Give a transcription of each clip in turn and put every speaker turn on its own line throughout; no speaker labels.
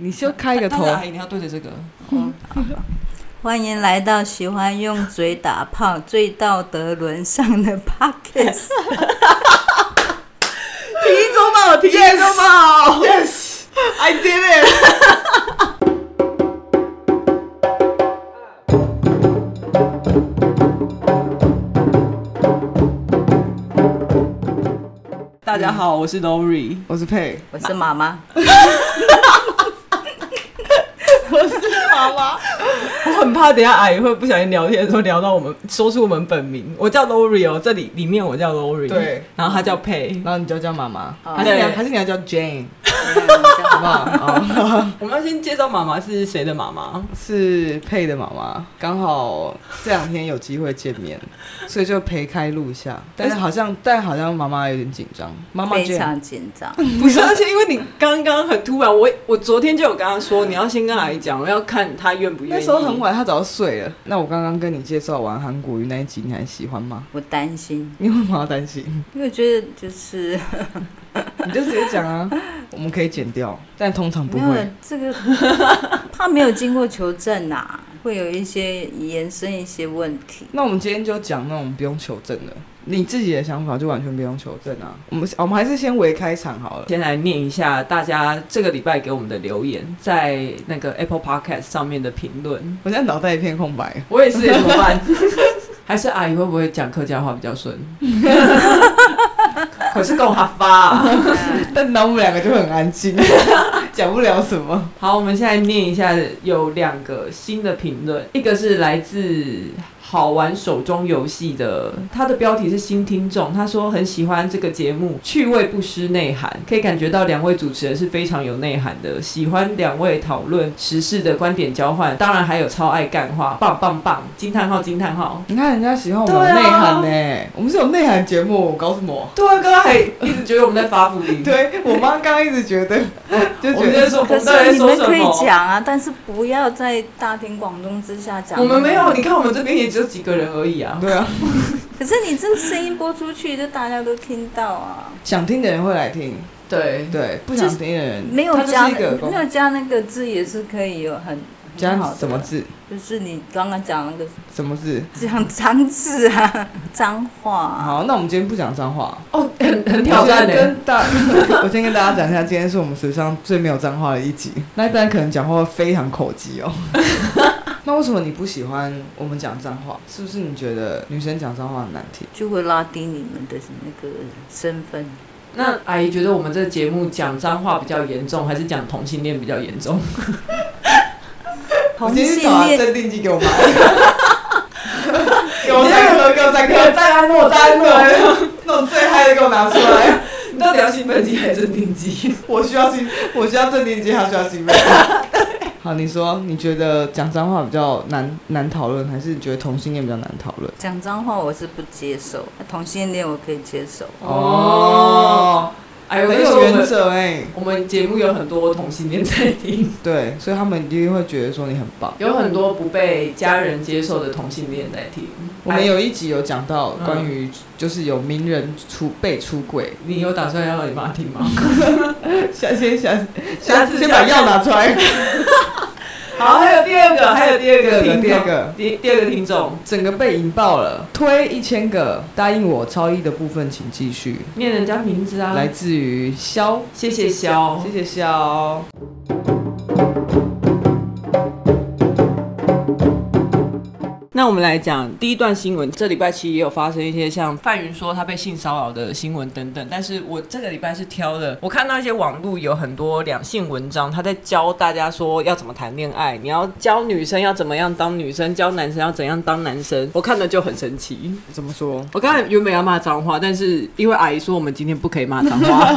你就开个
但
头
是，阿姨，你要对着这个，
欢迎来到喜欢用嘴打炮、最道德沦丧的 Pockets。
提中宝，提中宝，Yes。I did it！
大家好，我是 Lori，
我是佩，
我是妈妈，
我是妈妈。我很怕等一下阿姨会不小心聊天的时候聊到我们，说出我们本名。我叫 Lori 哦，这里里面我叫 Lori，
对，
然后她叫佩。
然后你就叫妈妈，
哦
还是你要
对
还是你要叫 Jane，好
好
不？好？哦
我们要先介绍妈妈是谁的妈妈，
是佩的妈妈，刚好这两天有机会见面，所以就陪开录一下。但是好像，但好像妈妈有点紧张，妈妈
非
Jane，
常紧张，
不是，而且因为你刚刚很突然，我我昨天就有跟她说，你要先跟阿姨讲，我要看她愿不愿意。
那时候很，晚，她早就睡了。那我刚刚跟你介绍完韩国瑜那一集，你还喜欢吗？
我担心，
你为什么要担心？
因为我觉得就是
你就直接讲 啊，我们可以剪掉，但通常不
没有
会。
这个，怕没有经过求证啊，会有一些延伸一些问 题。
那我们今天就讲那种不用求证的，你自己的想法就完全不用求证啊。我们我们还是先为开场好了。
先来念一下大家这个礼拜给我们的留言，在那个 Apple Podcast 上面的评论。
我现在脑袋一片空白，
我也是，怎么办？ 还是阿姨会不会讲客家话比较顺？ 可是够哈发、
啊
但然后我们两个就很安静， 讲不了什么。
好，我们现在念一下，有两个新的评论，一个是来自。好玩手中游戏的，他的标题是新听众，他说很喜欢这个节目，趣味不失内涵，可以感觉到两位主持人是非常有内涵的，喜欢两位讨论时事的观点交换，当然还有超爱干话，棒棒棒，惊叹号惊叹号，
你看人家喜欢我们有内涵呢、我们是有内涵节目，我搞什么？
对啊，刚刚还一直觉得我们在发福利，
对我妈刚刚一直觉得，就
我
觉
们
得
在说，我
可
们到底
是
在
你
说
们
什
可以
么？
讲啊，但是不要在大庭广众之下讲。
我们没有，你看我们这边也只有几个人而已啊。
对啊，
可是你这个声音播出去，就大家都听到啊。
想听的人会来听，
对，
对，不想听的人
没有
它
加
就是一个
没有加那个字也是可以有很
加
很好的
什么？字？
就是你刚刚讲那个
什么字？
讲脏字啊， 脏话、啊。
好，那我们今天不讲脏话，
哦，很很挑战
我
的、
先跟 大，我先跟大家讲一下，今天是我们史上最没有脏话的一集。那一般可能讲话会非常口急 哦。那为什么你不喜欢我们讲脏话？是不是你觉得女生讲脏话很难听？
就会拉低你们的那个身份，
那阿姨觉得我们这个节目讲脏话比较严重，还是讲同性恋比较严重？
我
同
今
性
天找了
恋
镇定剂给我 妈。给我三颗，给我三颗，
在安诺
三颗，那种最嗨的给我拿出来。
你到底要兴奋剂还是定剂？
我需要新，我需要镇定剂，他需要新 妹。好，你说你觉得讲脏话比较难难讨论，还是你觉得同性恋比较难讨论？
讲脏话我是不接受，那同性恋我可以接受。
哦，哎，我
很
跟你
有
说，我
原
们
则哎、
我们节目有很多同性恋在听，
对，所以他们一定会觉得说你很棒。
有很多不被家人接受的同性恋在听。
我们有一集有讲到关于就是有名人出被出轨，
你有打算要让你妈听吗？
下先下
下次
先把药拿出来。
好，还有第二个，还有第二个
第二个
听众，
第二个
第第二个听众，
整个被引爆了，推一千个，答应我超一的部分请继续。
念人家名字啊，
来，自于肖，
谢谢肖
谢，谢肖。
那我们来讲第一段新闻，这礼拜其实也有发生一些像范云说他被性骚扰的新闻等等，但是我这个礼拜是挑了，我看到一些网络有很多两性文章，他在教大家说要怎么谈恋爱，你要教女生要怎么样当女生，教男生要怎样当男生，我看了就很生气。
怎么说？
我刚才原本要骂脏话，但是因为阿姨说我们今天不可以骂脏话，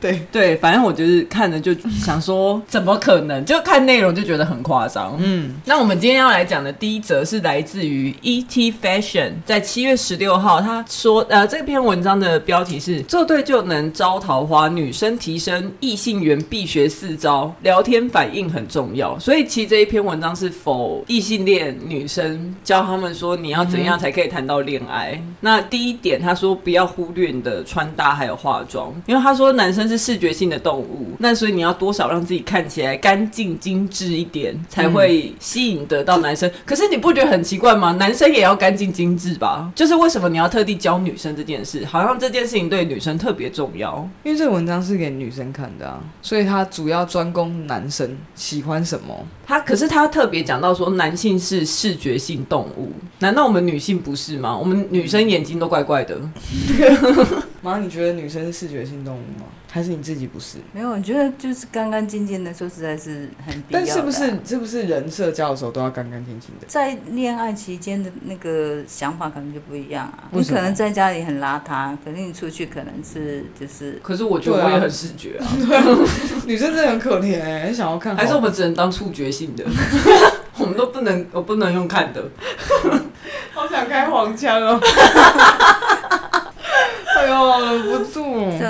对，
对，反正我就是看了就想说，怎么可能？就看内容就觉得很夸张。嗯，那我们今天要来讲的第一则是来自于 ET Fashion，在七月十六号，他说，呃，这篇文章的标题是“做对就能招桃花，女生提升异性缘必学四招，聊天反应很重要”。所以其实这一篇文章是否异性恋女生教他们说你要怎样才可以谈到恋爱。那第一点，他说不要忽略你的穿搭还有化妆，因为他说男生是视觉性的动物，那所以你要多少让自己看起来干净精致一点，才会吸引得到男生。可是你不觉得很奇怪吗？男生也要干净精致吧？就是为什么你要特地教女生这件事？好像这件事情对女生特别重要。
因为这个文章是给女生看的啊，所以他主要专攻男生喜欢什么。
他可是他特别讲到说，男性是视觉性动物，难道我们女性不是吗？我们女生眼睛都怪怪的。
妈，你觉得女生是视觉性动物吗？还是你自己不是？
没有，我觉得就是干干净净的，说实在是很必要
但
的啊
是不是是不是人社交的时候都要干干净净的？
在恋爱期间的那个想法可能就不一样啊？
为
你
什么
可能在家里很邋遢，可是你出去可能是就是
可是我觉得
对啊
我也很视觉啊，
女生真的很可怜、欸，很想要看好。
还是我们只能当触觉性的，我们都不能，我不能用看的。
好想开黄腔哦！ 哎呦，忍不住。
这。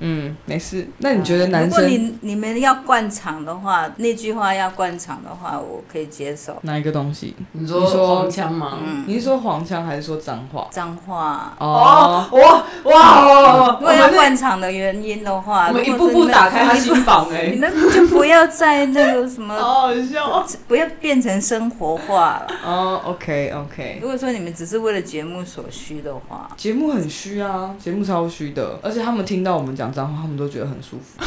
嗯，没事。那你觉得男
如果
生
你你们要灌肠的话，那句话要灌肠的话，我可以接受。
哪一个东西？
你
说黄
腔吗
你
嗯，
是说黄腔还是说脏话？
脏话。
哦，
哦，哇哇！
如
哦我
果要
们是
灌肠的原因的话，
我们一
如
步
果是
步
那
打开他心房
你
哎，
那就不要在那个什么，
好好笑哦。
不要变成生活化了。
哦，OK OK。
如果说你们只是为了节目所需的话，
节目很虚啊，节目超虚的，而且他们听到我们讲脏话，他们都觉得很舒服。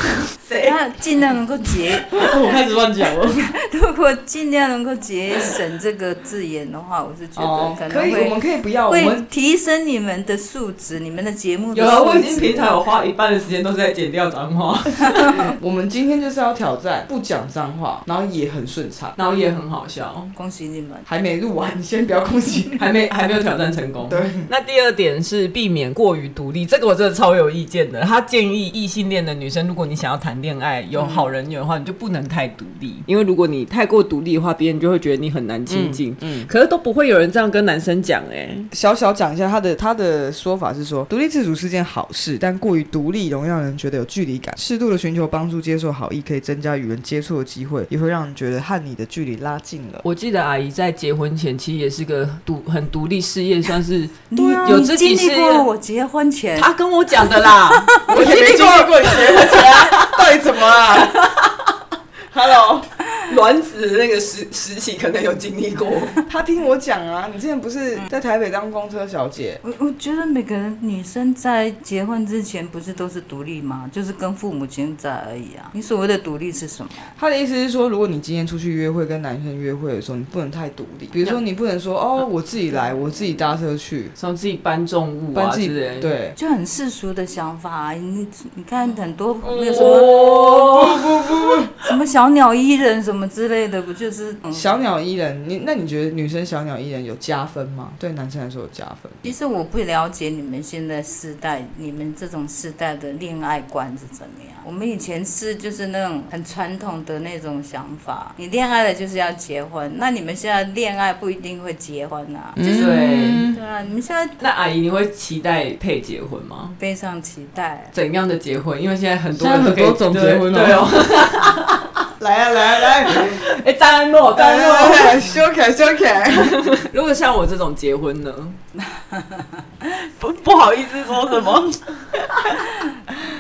谁？
那尽量能够节，
哦我开始乱讲了。
如果尽量能够节省这个字眼的话，我是觉
哦
得，可
可
能
以，我
会
们可以不要，我
会
们
提升你们的素质，你们的节目的
有啊，我已
素
经
质
平。常有花一半的时间都是在剪掉脏话，
我们今天就是要挑战不讲脏话，然后也很顺畅。
然后也很好笑。
恭喜你们。
还没录完，你先不要恭喜。
还没还没有挑战成功。
对。
那第二点是避免过于独立，这个我真的超有意见的。他建议异性恋的女生，如果你想要谈恋爱有好人缘的话，你就不能太独立，因为如果你太过独立的话，别人就会觉得你很难亲近。
嗯，
可是都不会有人这样跟男生讲哎、
小小讲一下他的他的说法是说，独立自主是件好事，但过于独立容易让人觉得有距离感。适度的寻求帮助、接受好意，可以增加与人接触的机会，也会让人觉得和你的距离拉近了。
我记得阿姨在结婚前其实也是个独很独立事业，算是
你
对啊有
你
自己
经
事
历
业
过我结婚前，
她跟我讲的啦， 我经历
没经历
过
过你结婚前啊，到底怎么啦？
，Hello，卵子的那个时时期可能有经历过，
他听我讲啊，你之前不是在台北当公车小姐？
我我觉得每个人女生在结婚之前不是都是独立吗？就是跟父母亲在而已啊。你所谓的独立是什么？
他的意思是说，如果你今天出去约会跟男生约会的时候，你不能太独立。比如说，你不能说哦，我自己来，我自己搭车去，
什么自己搬重物
搬
啊
自己
之类的。
对。
就很世俗的想法、啊。你你看很多那个什么
哦，
什么小鸟依人什么之类的，不就是？嗯、
小鸟依人，你那你觉得女生小鸟依人有加分吗？对男生来说有加分。
其实我不了解你们现在世代，你们这种世代的恋爱观是怎么样？我们以前是就是那种很传统的那种想法，你恋爱了就是要结婚，那你们现在恋爱不一定会结婚啊。
嗯
嗯
就是、
对
对啊，你们现在
那阿姨，你会期待配结婚吗？
非常期待。
怎样的结婚？因为现在很多
现在
人
很
都可以
多种结婚哦
对对哦。
来啊来啊来，
哎，张安诺，张安诺，
来修改修改。
如果像我这种结婚呢？不不好意思说什 么。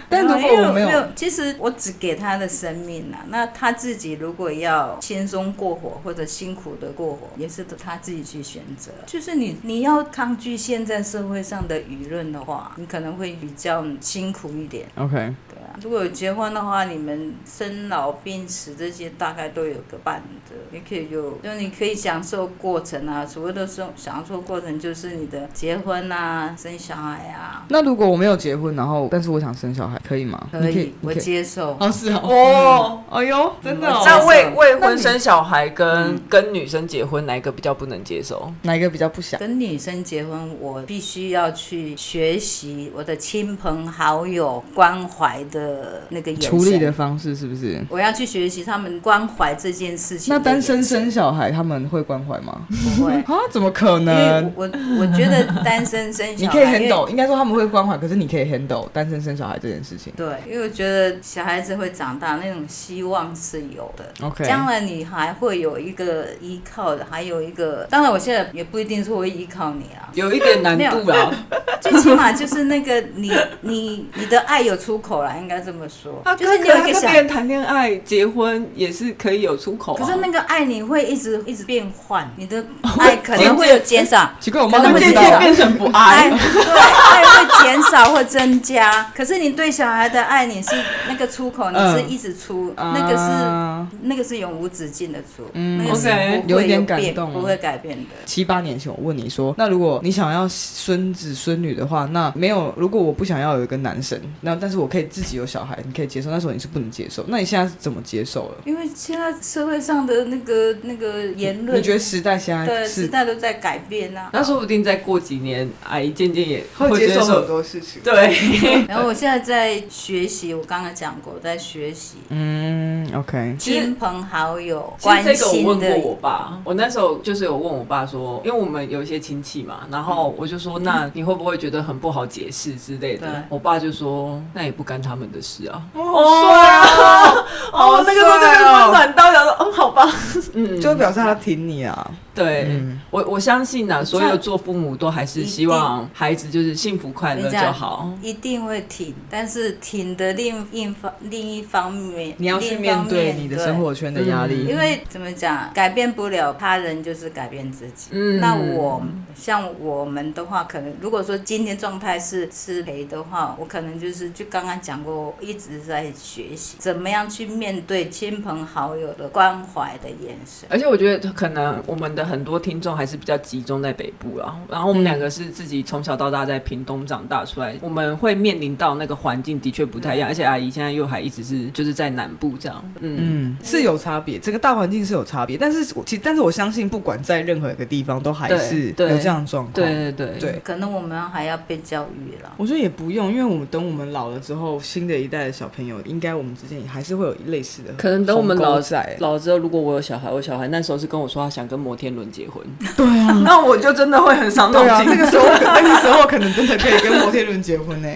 但如
因
果
为
我没
没
有，，
其实我只给他的生命啦。那他自己如果要轻松过活或者辛苦的过活，也是他自己去选择。就是你你要抗拒现在社会上的舆论的话，你可能会比较辛苦一点，
OK，
对啊。如果有结婚的话，你们生老病死这些大概都有个伴的，也可以有，就你可以享受过程啊。所谓的享享受过程，就是你的结婚啊、生小孩啊，
那如果我没有结婚，然后但是我想生小孩，可以吗？
可
你
以，
你
我接受。
哦是哦，
哦，
哎呦，真的
嗯
哦。
那未未
那
婚
你
生小孩跟跟女生结婚，哪一个比较不能接受？
哪一个比较不想？
跟女生结婚，我必须要去学习我的亲朋好友关怀的的那个眼
处理
神
的方式是不是？
我要去学习他们关怀这件事情。
那单身生小孩他们会关怀吗？，
不会
啊，怎么可
因为
能？
我我觉得单 身生
你
小孩，
可以
因为
handle，应该说他们会关怀，可是你可以 handle 单身生小孩这件事情。
对，因为我觉得小孩子会长大，那种希望是有的。
OK，
将来你还会有一个依靠的，还有一个，当然我现在也不一定说会依靠你啊，
有一点难度啦。
最起码就是那个你 你你的爱有出口啦，应该这么说
啊
他，
就
跟
是你有一个
跟
小
别，人谈恋爱、结婚也是可以有出口、啊。
可是那个爱你会一直一直变换，你的爱可能会有减少，
奇怪，我妈
可
怎么
能会
知
渐
道
这
渐
啊？
变成不
爱
爱
对，爱会减少或增加，可是你对小孩的爱，你是那个出口，你是一直出，那个是
啊
那个是永无止境的出，
嗯
那个是
OK
不
有
会
一点
变
感动啊
不会改变的。
七八年前我问你说，那如果你想要孙子孙女的话，那没有，如果我不想要有一个男生，那但是我可以自己有小孩，你可以接受。那时候你是不能接受，那你现在是怎么接受了？
因为现在社会上的那个那个言
你
论，
觉得时代现在
对时
是
代都在改变啊。
那说不定再过几年，阿姨渐渐也 会接受。
多事情？
对，
然后我现在在学习，我刚刚讲过，我在学习
嗯，OK，
其实
亲朋好友
其
关
实这个我
心
问过
的。
我爸，我那时候就是有问我爸说，因为我们有一些亲戚嘛，然
嗯
后我就说，那你会不会觉得很不好解释之类
对
的？我爸就说，那也不干他们的事啊。
好帅啊！
哦，那个时候真的是温暖到，想说，哦，好吧，嗯，
就表示他挺你啊，
对。
嗯，
我我相信呐、所有做父母都还是希望
一
孩子就是幸福快乐就
哦
好。
一定会挺，但是挺的另一方另一方面，
你要去
另一
面
方面
对你的生。活圈的压
对
力
因。为怎么讲，改变不了他人，就是改变自己。
嗯
那我像我们的话，可能如果说今天状态是是赔的话，我可能就是就刚刚讲过，我一直在学习怎么样去面对亲朋好友的关怀的眼神。
而且我觉得可能我们的很多听众还是比较集中在北部啦，然后我们两个是自己从小到大在屏东长大
嗯
出来，我们会面临到那个环境的确不太一样，而且阿姨现在又还一直是就是在南部这样，嗯，
嗯，是有差别，这个大环境是有差别，但是我其实，但是我相信，不管在任何一个地方，都还
对
是有
对
这样的状况。
对对对
对，
可能我们还要被教育了。
我觉得也不用，因为我们等我们老了之后，新的一代的小朋友，应该我们之间也还是会有类似的鸿沟在。
可能等我们老老之后，如果我有小孩，我小孩那时候是跟我说他想跟摩天轮结 婚，
对啊，
那我就真的会很伤脑
对 啊，
筋。
那个时候，那个时候可能真的可以跟摩天轮结 婚呢、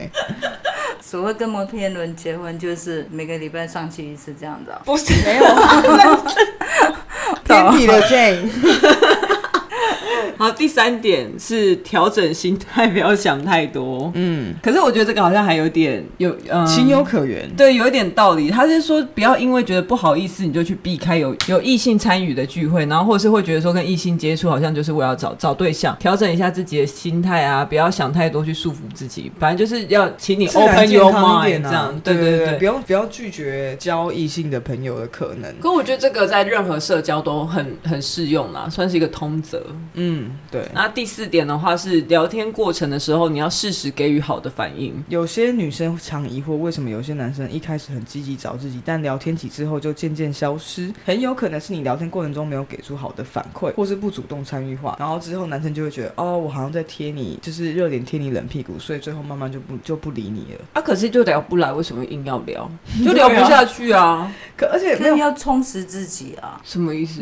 所谓跟摩天轮结婚，就是每个礼拜上去一次这样子、哦。
不是 没有，天体的 Jane，
好，第三点是调整心态，不要想太多。
嗯，
可是我觉得这个好像还有点有嗯，
情有可原。
对，有一点道理。他是说，不要因为觉得不好意思，你就去避开有有异性参与的聚会，然后或者是会觉得说跟异性接触好像就是我要找找对象，调整一下自己的心态啊，不要想太多去束缚自己。反正就是要请你
自然
嗯 open
健
your
康一
mind
点
这
啊
样，，
对
对
对，不。要不要拒绝交异性的朋友的可能，
可我觉得这个在任何社交都很很适用啦，算是一个通则。
嗯，对。
那第四点的话是，聊天过程的时候，你要适时给予好的反应。
有些女生常疑惑，为什么有些男生一开始很积极找自己，但聊天几次后就渐渐消失？很有可能是你聊天过程中没有给出好的反馈，或是不主动参与化，然后之后男生就会觉得，哦，我好像在贴你，就是热脸贴你冷屁股，所以最后慢慢就不就不理你了。
啊，可是就聊不来，为什么硬要 聊？就聊不下去啊？
可而且没
可
有
以要充实自己啊，
什么意思？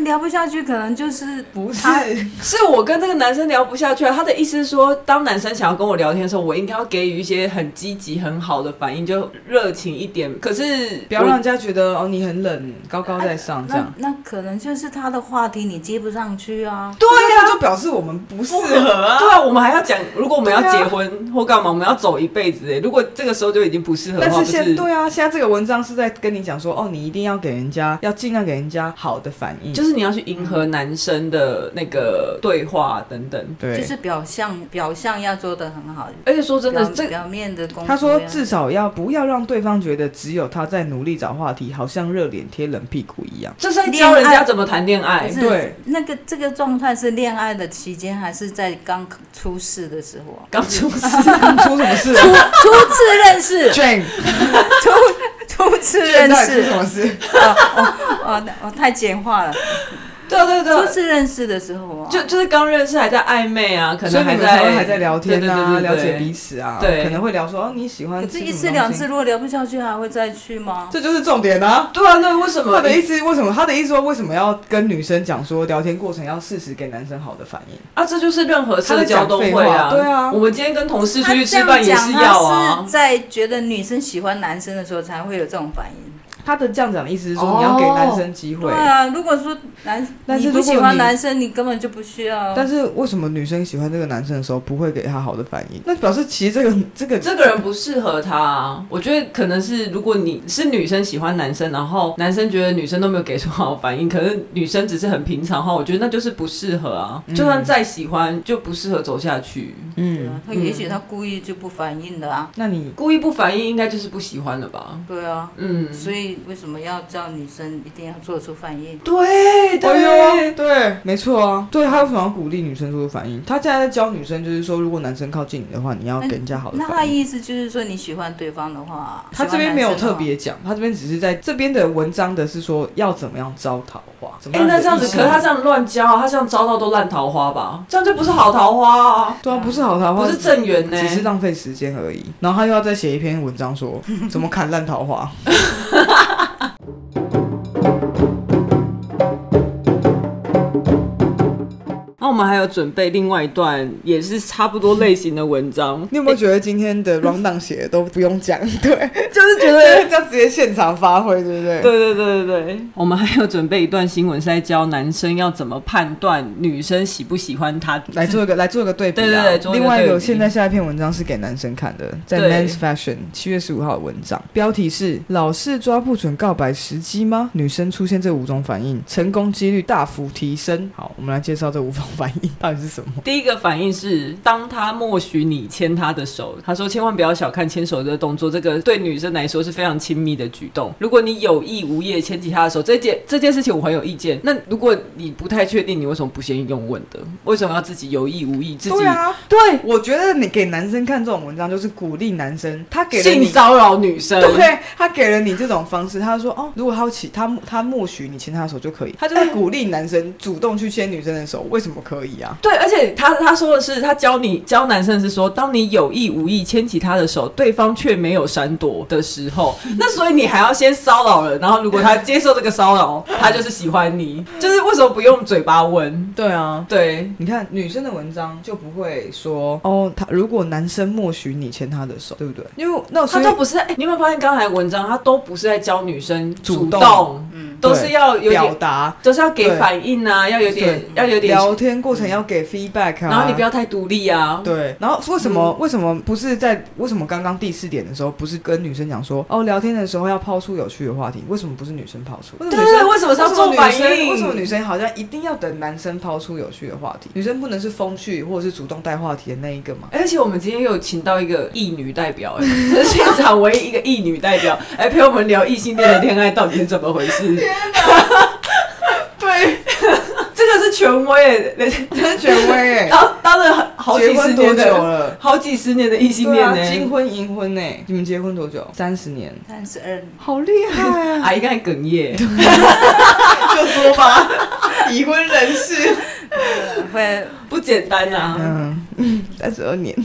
聊不下去可能就是
不是
他
是我跟这个男生聊不下去啊。他的意思是说，当男生想要跟我聊天的时候，我应该要给予一些很积极、很好的反应，就热情一点。可是
不要让
我
人家觉得哦你很冷，高高在上这
那
样。
那可能就是他的话题你接不上去啊。
对呀、就表示我们不适合啊。
对啊，我们还要讲，如果我们要
对啊
结婚或干嘛，我们要走一辈子欸。如果这个时候就已经不适合的
但
话，
是
不
现对啊，现在这个文章是在跟你讲说，哦，你一定要给人家，要尽量给人家好的反应，
就是你要去迎合男生的那个对话等等。
对，
就是表象，表象要做的很好，
而且说真的，
表
这
表面的工作。
他
哦
说：“至少要不要让对方觉得只有他在努力找话题，好像热脸贴冷屁股 一样。
这是在教人家怎么谈恋爱
不。是
对
那个这个状态是恋爱的期间，还是在刚出世的时 候啊？
刚出
出
世，
什么事
初初次认识，
？Jane，
初初次认
到底出
识
什么事？
哦哦哦哦，我太简化了。
对对
呃
对，
初次认识的时候啊，
就就是刚认识还在暧昧啊，可
所以
能
你们
还
才会
在
还在聊天啊，
对对对对对
了解彼此啊，
对
可能会聊说哦你喜欢
可
吃
是，
什么
一次两
东西
次，，如果聊不下去，还会再去吗？
这就是重点啊。
对啊，那为什么
他的意思为什么？他的意思说为什么要跟女生讲说聊天过程要适时给男生好的反应？
啊？这就是任何社交都
他在讲
会
废话
啊，
对啊
我们今天跟同事出
他
去
这
吃
样
饭也
讲，
是要
他
啊
是，在觉得女生喜欢男生的时候才会有这种反应。
他的这样讲的意思是
哦
说你要给男生机会
对，啊，如果说男
但是
你不
如果
喜欢
你
男生，你根本就不需要。
但是为什么女生喜欢这个男生的时候不会给他好的反应？那表示其实这个这个
这个人不适合他、啊，我觉得可能是如果你是女生喜欢男生，然后男生觉得女生都没有给出好反应，可是女生只是很平常的话，我觉得那就是不适合啊。就算再喜欢，就不适合走下去。
对
嗯
啊，他也许他故意就不反应的啊。
那你
故意不反应，应该就是不喜欢了吧？
对啊，
嗯，
所以为什么要叫女生一定要做出反应？
对
哎
对
呦，对，没错啊，对，他为什么要鼓励女生做出反应？他现在在教女生，就是说，如果男生靠近你的话，你
哎
要给人家好的
那他
反应。
意思就是说，你喜欢对方的话，
他这边没有特
喜
别讲，他这边只是在这边的文章的是说要怎么样招桃花，怎么
哎、
样。
那这样子，可是他这样乱教、啊，他这样招到都烂桃花吧？这样就不是好桃花啊，
对啊，不是好桃花，
不是正缘呢、
只是浪费时间而已。然后他又要再写一篇文章 说怎么砍烂桃花。
那我们还有准备另外一段也是差不多类型的文章，
你有没有觉得今天的 round down 写的都不用 讲？对，
就是
对，
觉 得。
这样直接现场发挥，对不对？
对对对对对，我们还有准备一段新闻是在教男生要怎么判断女生喜不喜欢他。
来做一个来做一个对比、啊，
对对对做一个
另外一
对
个，
比
现在下一篇文章是给男生看的，在
对
Men's Fashion 七月十五号的文章，标题是“老是抓不准告白时机吗？女生出现这五种反应，成功几率大幅提升。”好，我们来介绍这五种反应 到底是什么。
第一个反应是，当他默许你牵他的手，他说千万不要小看牵手这个动作，这个对女生来说是非常亲密的举动。如果你有意无意地牵起他的手，这件这件事情我很有意见。那如果你不太确定，你为什么不先用问的？为什么要自己有意无意自己？
对啊，
对，
我觉得你给男生看这种文章，就是鼓励男生，他给了
性
你。
骚扰女生，
对啊他给了你这种方式，他说哦，如果他起他他默许你牵他的手就可以，他就是 鼓励男生主动去牵女生的手，为什么可以啊？
对，而且他他说的是，他教你教男生是说，当你有意无意牵起他的手，对方却没有闪躲的时 候，那所以你还要先骚扰了，然后如果他接受这个骚 扰，他就是喜欢你，就是为什么不用嘴巴问？
对啊，
对，
你看女生的文章就不会说哦，他如果男生默许你牵他的手，对不对？因为那
他
所以
都不是在，哎、你有没有发现刚才文章他都不是在教女生
主
动，
动
嗯
都是要有
表
点，
达
都是要给
对
反应啊，要有点
对，
要有点，嗯
聊天过程要给 feedback 啊，
然后你不。要嗯太独立啊，
对，然后为什么、为什么不是在为什么刚刚第四点的时候不是跟女生讲说哦聊天的时候要抛出有趣的话题？为什么不是女生抛出？为什
对
么
对
女生
对，为什么是要做
为
反
什么女生
应？
为什么女生好像一定要等男生抛出有趣的话题？女生不能是风趣或者是主动带话题的那一个吗？
而且我们今天又有请到一个异女代表、哎，这是现场唯一一个异女代表，来陪我们聊异性恋的恋爱到底是怎么回事。
对，
这个是权威、哎
真的权威哎、
当当了好
结
几十
婚多
年
久
的，
了？
好几十年的异性恋呢、
对啊金婚银婚呢、你们结婚多久？三十年，
三十二，
好厉害啊
阿姨刚才哽 咽，
就说 吧，已婚人士，
呃会
不简单啊！
嗯，三十二年，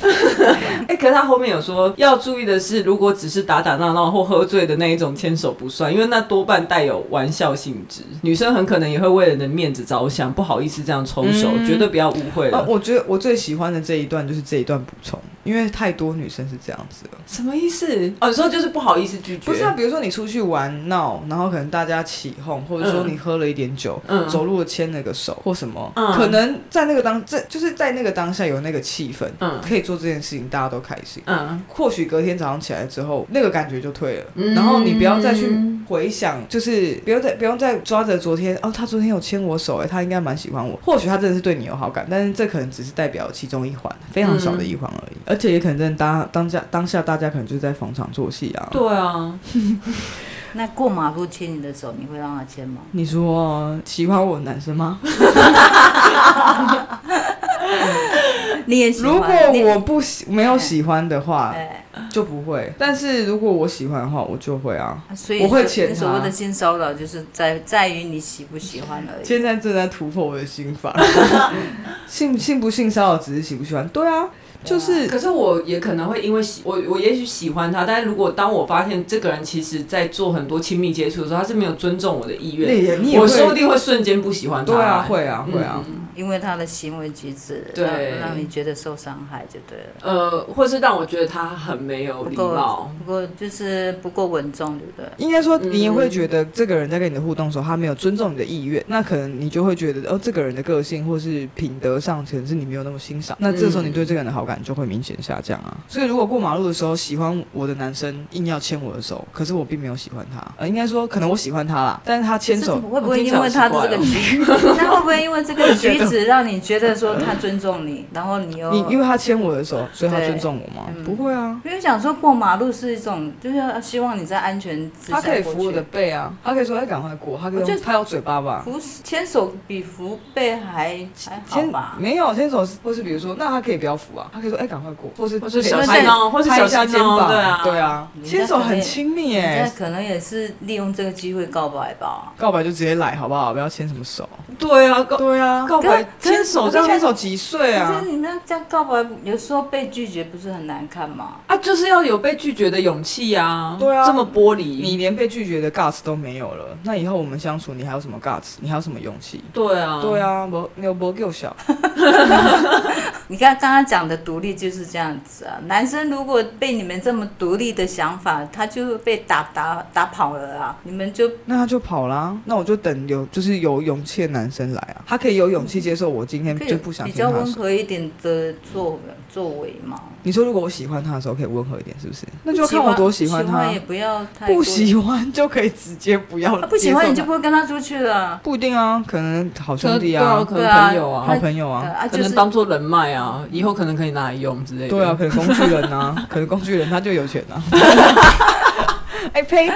哎、可是他后面有说要注意的是，如果只是打打闹闹或喝醉的那一种牵手不算，因为那多半带有玩笑性质。女生很可能也会为了你的面子着想，不好意思这样抽手，
嗯
绝对不要误会了。
啊，我觉得我最喜欢的这一段就是这一段补充，因为太多女生是这样子了。
什么意思？哦，你说就是不好意思拒绝，
不是啊，比如说你出去玩闹，然后可能大家起哄，或者说你喝了一点酒，
嗯
走路牵了个手或什么，
嗯
可能在那个当这就是在那个当下有那个气氛，
嗯
可以做这件事情，大家都开心。
嗯，
或许隔天早上起来之后，那个感觉就退了，
嗯
然后你不要再去回想，就是不要再不用再抓着昨天哦，他昨天有牵我手，哎，他应该蛮喜欢我。或许他真的是对你有好感，但是这可能只是代表其中一环，非常小的一环而已。而且也可能真的当当下当下大家可能就是在逢场作戏啊。
对啊，
那过马路牵你的手，你会让他牵吗？
你说喜欢我的男生吗？
你也喜欢？
如果
你
我不喜没有喜欢的话，
哎，
就不会。但是如果我喜欢的话，我就会啊。
啊所以
我会
就
潜
你所谓
他
的性骚扰，就是在在于你喜不喜欢而已。
现在正在突破我的心法，性性不性骚扰只是喜不喜欢，对啊，就是
可是我也可能会因为喜我我也许喜欢他，但是如果当我发现这个人其实在做很多亲密接触的时候，他是没有尊重我的意
那
愿，
也你也
我说不
会，
定会瞬间不喜欢他。欸
对啊，会啊，会啊。
嗯
因为他的行为举止，
对
让让你觉得受伤害就对了。
呃，或是让我觉得他很没有
不
礼
够
貌，，
不够就是不够稳重，对不对？
应该说，
嗯
你也会觉得这个人在跟你的互动的时候，他没有尊重你的意愿，那可能你就会觉得，哦，这个人的个性或是品德上，可能是你没有那么欣赏。那这时候你对这个人的好感就会明显下降啊。所以，如果过马路的时候，喜欢我的男生硬要牵我的手，可是我并没有喜欢他，呃，应该说可能我喜欢他啦，但是他牵手
可是会不会因为他的这个举， 那会不会因为这个举止让你觉得说他尊 重你，然后你又
你因为他牵我的手，所以他
对
尊重我吗？
嗯
不会啊，
因为想说过马路是一种，就是要希望你在安全之下
他可以
过
扶我
去
的背啊，他可以说哎赶快过，他可以
我觉
用
得
他有嘴巴吧。
扶牵手比扶背还还好
牵
吧？
没有牵手是，或是比如说，那他可以不要扶啊，他可以说哎赶快过，或是
或是
拍
小
心
心哦，或是
拍
小
一下
心
肩
哦，
膀，
对啊，
对啊，
人家
牵手
可能
很
也
亲密
人
耶
家。可能也是利用这个机会告白吧。
告白就直接来好不好？不要牵什么手。
对啊，告
对啊，
告白
可是
牵手这
这
样
牵手几岁
可
啊
是？你那这样告白，有时候被拒绝不是很难看吗？
啊，就是要有被拒绝的勇气啊，
对啊
这么玻璃，
你连被拒绝的 guts 都没有了，那以后我们相处，你还有什么 guts？你还有什么勇气？
对啊，
对，啊，没没有不够小，
你看刚刚讲的独立就是这样子啊，男生如果被你们这么独立的想法，他就被打打打跑了啊，你们就
那他就跑啦。那我就等有就是有勇气的男生来啊，他可以有勇气接受我今天
可以
就不想
比
听
较
他的
温
手。
和一点的作作为嘛。
你说如果我喜欢他的时候可以温和一点，是不是？那就看我多喜欢他啊
也。不要太过
不喜欢就可以直接不要
啊，不喜欢你就
接受
不会跟他出去了
他。 不一定啊，可能好
可
兄
能
弟
对啊，
啊，
可能朋友
好
对
啊
啊。
朋友
呃
啊，
啊，
可
就
能
是
当做人脉啊，以后可能可以拿来用之类的。
对啊，，可能工具人啊， 可能工具人他就有钱 啊。哎呸！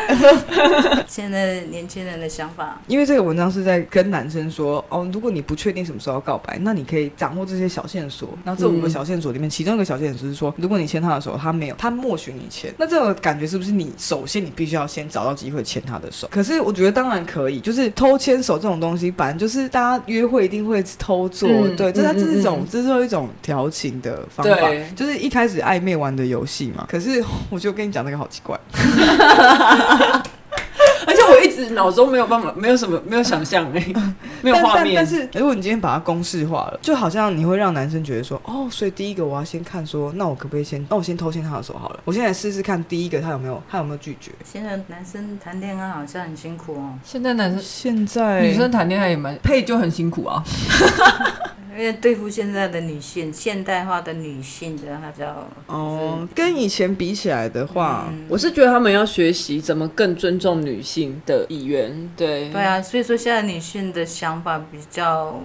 现在年轻人的想法。
因为这个文章是在跟男生说，哦，如果你不确定什么时候要告白，那你可以掌握这些小线索。然后这五个
嗯
小线索里面，其中一个小线索是说，如果你牵他的手，他没有，他默许你牵，那这种感觉是不是你首先你必须要先找到机会牵他的手？可是我觉得当然可以，就是偷牵手这种东西，反正就是大家约会一定会偷做，
嗯
对，这它
嗯
这是一
嗯
种
嗯
这是一种调情的方法
对，
就是一开始暧昧玩的游戏嘛。可是我就跟你讲那个好奇怪，
而且我一直脑中没有办法，没有什么，没有想象 哎，没有
但
画
但但
面。
是，哎如果你今天把它公式化了，就好像你会让男生觉得说，哦，所以第一个我要先看说，那我可不可以先，那我先偷牵他的手好了，我先来试试看第一个他有没有，他有没有拒绝。
现在男生谈恋爱好像很辛苦哦，
现在男生
现在
女生谈恋爱也蛮配就很辛苦啊，
因为对付现在的女性，现代化的女性的，她比较
哦，跟以前比起来的话，
嗯
我是觉得他们要学习怎么更尊重女性的意愿，对
对啊，所以说现在女性的想法比较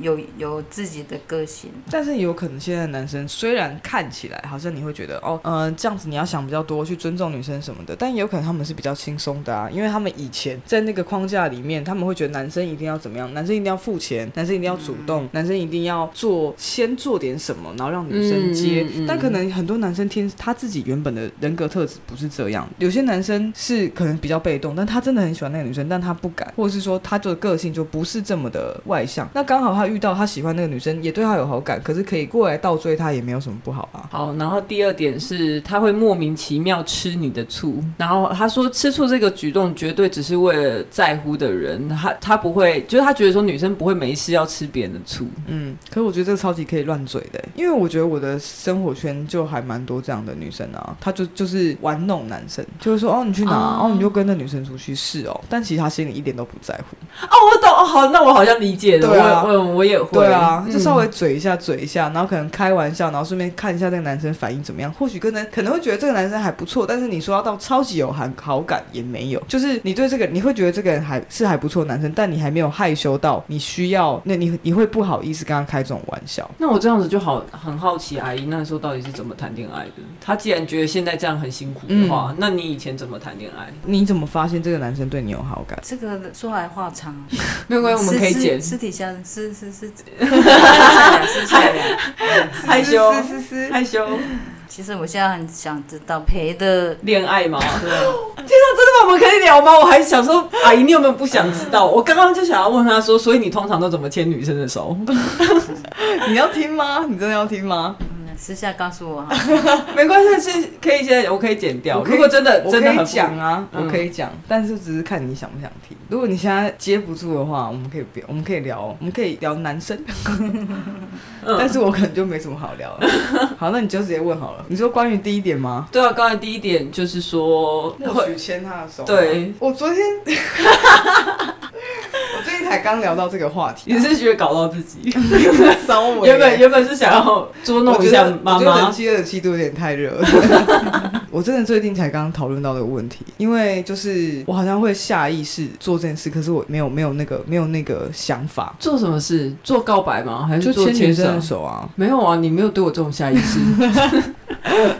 有有自己的个性，
但是有可能现在的男生虽然看起来好像你会觉得哦，嗯、这样子你要想比较多，去尊重女生什么的，但也有可能他们是比较轻松的啊，因为他们以前在那个框架里面，他们会觉得男生一定要怎么样，男生一定要付钱，男生一定要主
嗯
动，男生一定要做先做点什么，然后让女生接。
嗯嗯嗯
但可能很多男生天他自己原本的人格特质不是这样，有些男生是可能比较被动，但他真的很喜欢那个女生，但他不敢，或者是说他的个性就不是这么的外向。那刚好他遇到他喜欢那个女生，也对他有好感，可是可以过来倒追他也没有什么不好啊。
好，然后第二点是，他会莫名其妙吃你的醋。然后他说，吃醋这个举动绝对只是为了在乎的人，他他不会，就是他觉得说女生不会没事要吃别人的醋。
嗯，可是我觉得这个超级可以乱嘴的欸，因为我觉得我的生活圈就还蛮多这样的女生啊，她就就是玩弄男生，就是说哦你去哪啊，
哦
哦你就跟那女生出去是哦，但其实她心里一点都不在乎。
哦，我懂，哦，好，那我好像理解了，
对啊
我也我我也会，嗯
对啊，就稍
微。
微嘴一下嘴一下，然后可能开玩笑，然后顺便看一下这个男生反应怎么样。或许可能可能会觉得这个男生还不错，但是你说要到超级有好好感也没有，就是你对这个你会觉得这个人还是还不错的男生，但你还没有害羞到你需要那你你会不好意思跟他开这种玩笑。
那我这样子就好，很好奇阿姨那时候到底是怎么谈恋爱的？她既然觉得现在这样很辛苦的
嗯
话，那你以前怎么谈恋爱？
你怎么发现这个男生对你有好感？
这个说来话 长。啊
没有关系，我们可以剪
私。私底下是是是，私下聊私下聊，
害羞
是是是是
害羞，
其实我现在很想知道陪的
恋爱吗？对。天啊，真的吗？我们可以聊吗？我还想说，阿姨，你有没有不想知道？我刚刚就想要问她说，所以你通常都怎么牵女生 的手？
你要听吗？你真的要听吗？
嗯私下告诉我哈，啊
没关系，是可以现在我可以剪掉。
我可以
如果真的
我
真的
可以
很
讲啊，
嗯
我可以讲，但是只是看你想不想听。如果你现在接不住的话，我们可以不，我们可以聊，我们可以聊男生，
嗯
但是我可能就没什么好聊 了。好，那你就直接问好了。你说关于第一点吗？
对啊，刚才第一点就是说
或许牵他的手。
对，
我昨 天， 我最近才刚聊到这个话题，
你是觉得搞到自己，
骚 我耶
原本原本是想要捉弄一下妈
我觉得
妈
冷，气热气度有点太热 了。我真的最近才刚讨论到这个问题，因为就是我好像会下意识做这件事，可是我没有没有那个没有那个想法，
做什么事？做告白吗？还是
就
做
牵女
牵
生
手？
的手啊。
没有啊，你没有对我这种下意 识，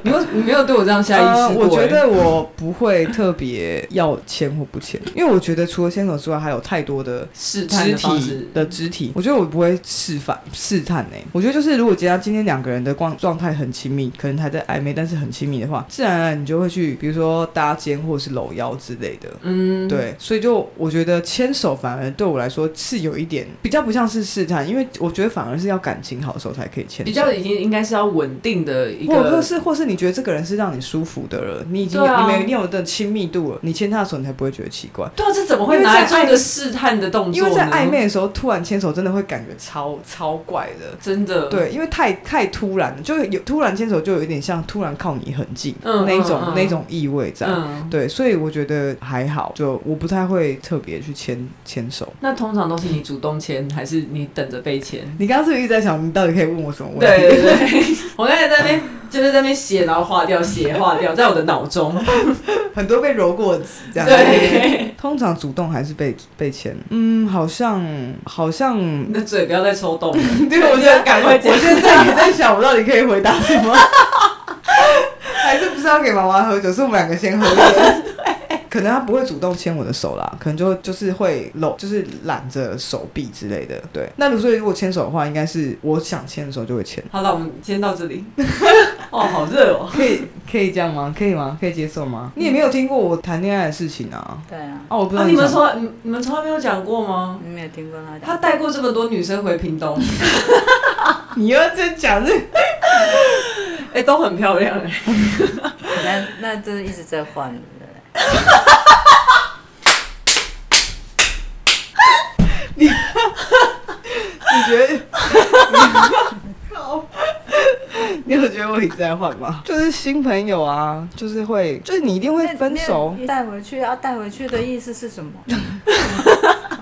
你有你没有对我这样下意
呃
识过、
我觉
欸
得我不会特别要牵或不牵，因为我觉得除了牵手之外，还有太多的
试探
肢
的方
体
式，
的肢体，我觉得我不会示范试探呢、我觉得就是，如果今天今天两个人的状状态很亲密，可能还在暧昧，但是很亲密的话，自然而然你就会去，比如说搭肩或者是搂腰之类的。
嗯，
对，所以就我觉得牵手反而对我来说是有一点比较不像是试探，因为我觉得反而是要感情好的时候才可以牵手，
比较已经应该是要稳定的一
或或
个，
是或是你觉得这个人是让你舒服的了，你已经、
对啊
你没你有的亲密度了，你牵他的手你才不会觉得奇怪。
对啊，这怎么会拿来做一个试探的动作
因
呢？
为在暧昧的时候突然牵手，真的会感觉超超怪的。
真的，
对，因为太太突然了，就有突然牵手，就有一点像突然靠你很近、
嗯
那一种、
嗯嗯
那种意味在。
嗯，
对，所以我觉得还好，就我不太会特别去牵牵手。
那通常都是你主动签，还是你等着被签？
你刚刚是不是一直在想，你到底可以问我什么问题？
对嗯对对，我刚才在那边就是在那边写，然后划掉，写划掉，在我的脑中。
很多被揉过的词这样。
对，
通常主动还是被被牵。嗯，好像好像，
你的嘴不要再抽动了。
对我
你
现
要
在
赶快讲
我现在也在想，我到底可以回答什么？ 还是不是要给妈妈喝酒？是我们两个先喝 酒。可能他不会主动牵我的手啦，可能就就是会搂，就是揽着手臂之类的。对，那如果所以如果牵手的话，应该是我想牵的时候就会牵。
好了，我们先到这里。 哦，好热哦。
可以可以这样吗？可以吗？可以接受吗？你也没有听过我谈恋爱的事情啊。
对啊，
哦，我不知
那
道
你们
想
从来你你们从来没有讲过吗？
你没有听过他
他
的。
带过这么多女生回屏东，
你又在讲这，
哎、都很漂亮哎、
欸
那那就是一直在换，对不对
你觉得？靠！你有觉得我一直在换吗？就是新朋友啊，就是会，就是你一定会分手。
带回去要带回去的意思是什么？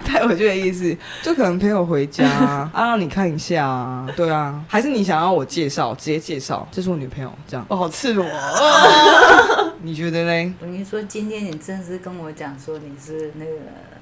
带回去的意思，就可能陪我回家啊，啊让你看一下啊，对啊，还是你想要我介绍，直接介绍，这是我女朋友，这样，哦，好赤裸、哦 你觉得嘞？
我跟你说，今天你正式跟我讲说你是那个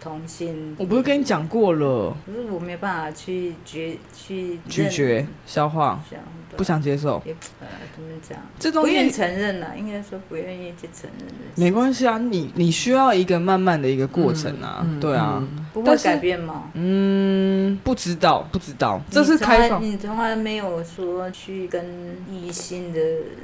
同性，
我不是跟你讲过了，
可是我没办法去决去
拒
认
绝、消化，
这样对
不想接受，
也呃怎么讲，
这东
不愿
西
承认了，应该说不愿意去承认的
没
事，
关系啊，你你需要一个慢慢的一个过程啊，
嗯
对啊。
嗯
不
但
会
是
改变吗？
嗯，不知道，不知道，这是开放。
你从来你从来没有说去跟异性的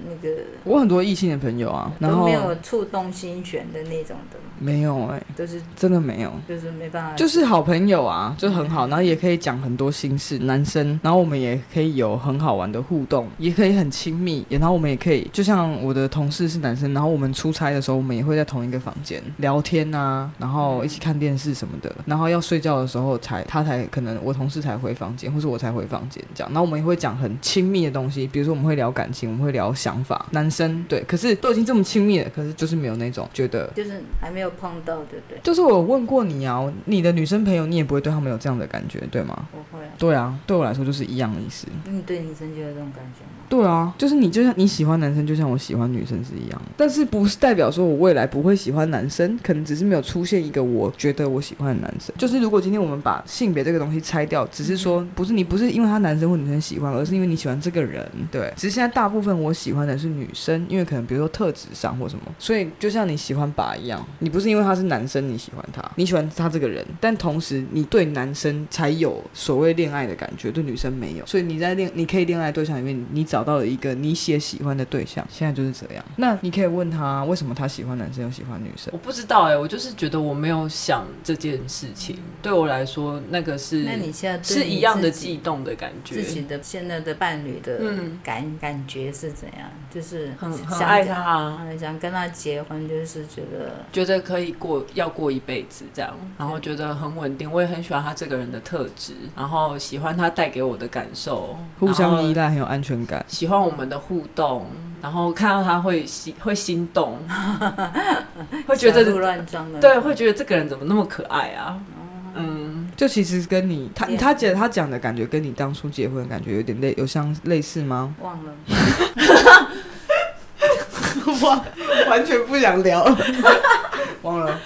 那个，
我很多异性的朋友啊，然
都
后
没有触动心弦的那种的嘛，
没有哎、
都是
真的没有，
就是没办法，
就是好朋友啊，就很好，然后也可以讲很多心事，男生，然后我们也可以有很好玩的互动，也可以很亲密，然后我们也可以，就像我的同事是男生，然后我们出差的时候，我们也会在同一个房间聊天啊，然后一起看电视什么的，然后要睡觉的时候才他才可能我同事才回房间，或是我才回房间这样，然后我们也会讲很亲密的东西，比如说我们会聊感情，我们会聊想法，男生对，可是都已经这么亲密了，可是就是没有那种觉得
就是还没有碰到，对不对？
就是我有问过你啊，你的女生朋友，你也不会对她们有这样的感觉，对吗？
不会啊，
对啊，对我来说就是一样的意思。
你对女生就有这种感觉吗？
对啊，就是你就像你喜欢男生，就像我喜欢女生是一样的，但是不是代表说我未来不会喜欢男生，可能只是没有出现一个我觉得我喜欢的男生。就是如果今天我们把性别这个东西拆掉，只是说不是你不是因为他男生或女生喜欢，而是因为你喜欢这个人。对，只是现在大部分我喜欢的是女生，因为可能比如说特质上或或什么。所以就像你喜欢爸一样，你不是因为他是男生你喜欢他，你喜欢他这个人，但同时你对男生才有所谓恋爱的感觉，对女生没有。所以你在恋你可以恋爱对象里面，你找到了一个你也喜欢的对象，现在就是这样。那你可以问他为什么他喜欢男生又喜欢女生
我。不知道哎、我就是觉得我没有想这件事情，对我来说那个是
那你现在对
是一样的
你自己
悸动的感觉
自，己的现在的伴侣的
嗯
感、感觉是怎样？就是
很很
想
爱他、啊，
啊，想跟他结婚，就是觉得
觉得可以过要过一辈子这样，
嗯
然后觉得很稳定，我也很喜欢他这个人的特质，然后喜欢他带给我的感受，
互相依
赖，
赖很有安全感，
喜欢我们的互动。然后看到他会心会心 动，会觉
小鹿
得
乱撞的，
对，会觉得这个人怎么那么可爱啊？嗯，
就其实跟你他
对
他姐他讲的感觉跟你当初结婚的感觉有点类有相类似吗？
忘了。
哇，完全不想聊，忘 了，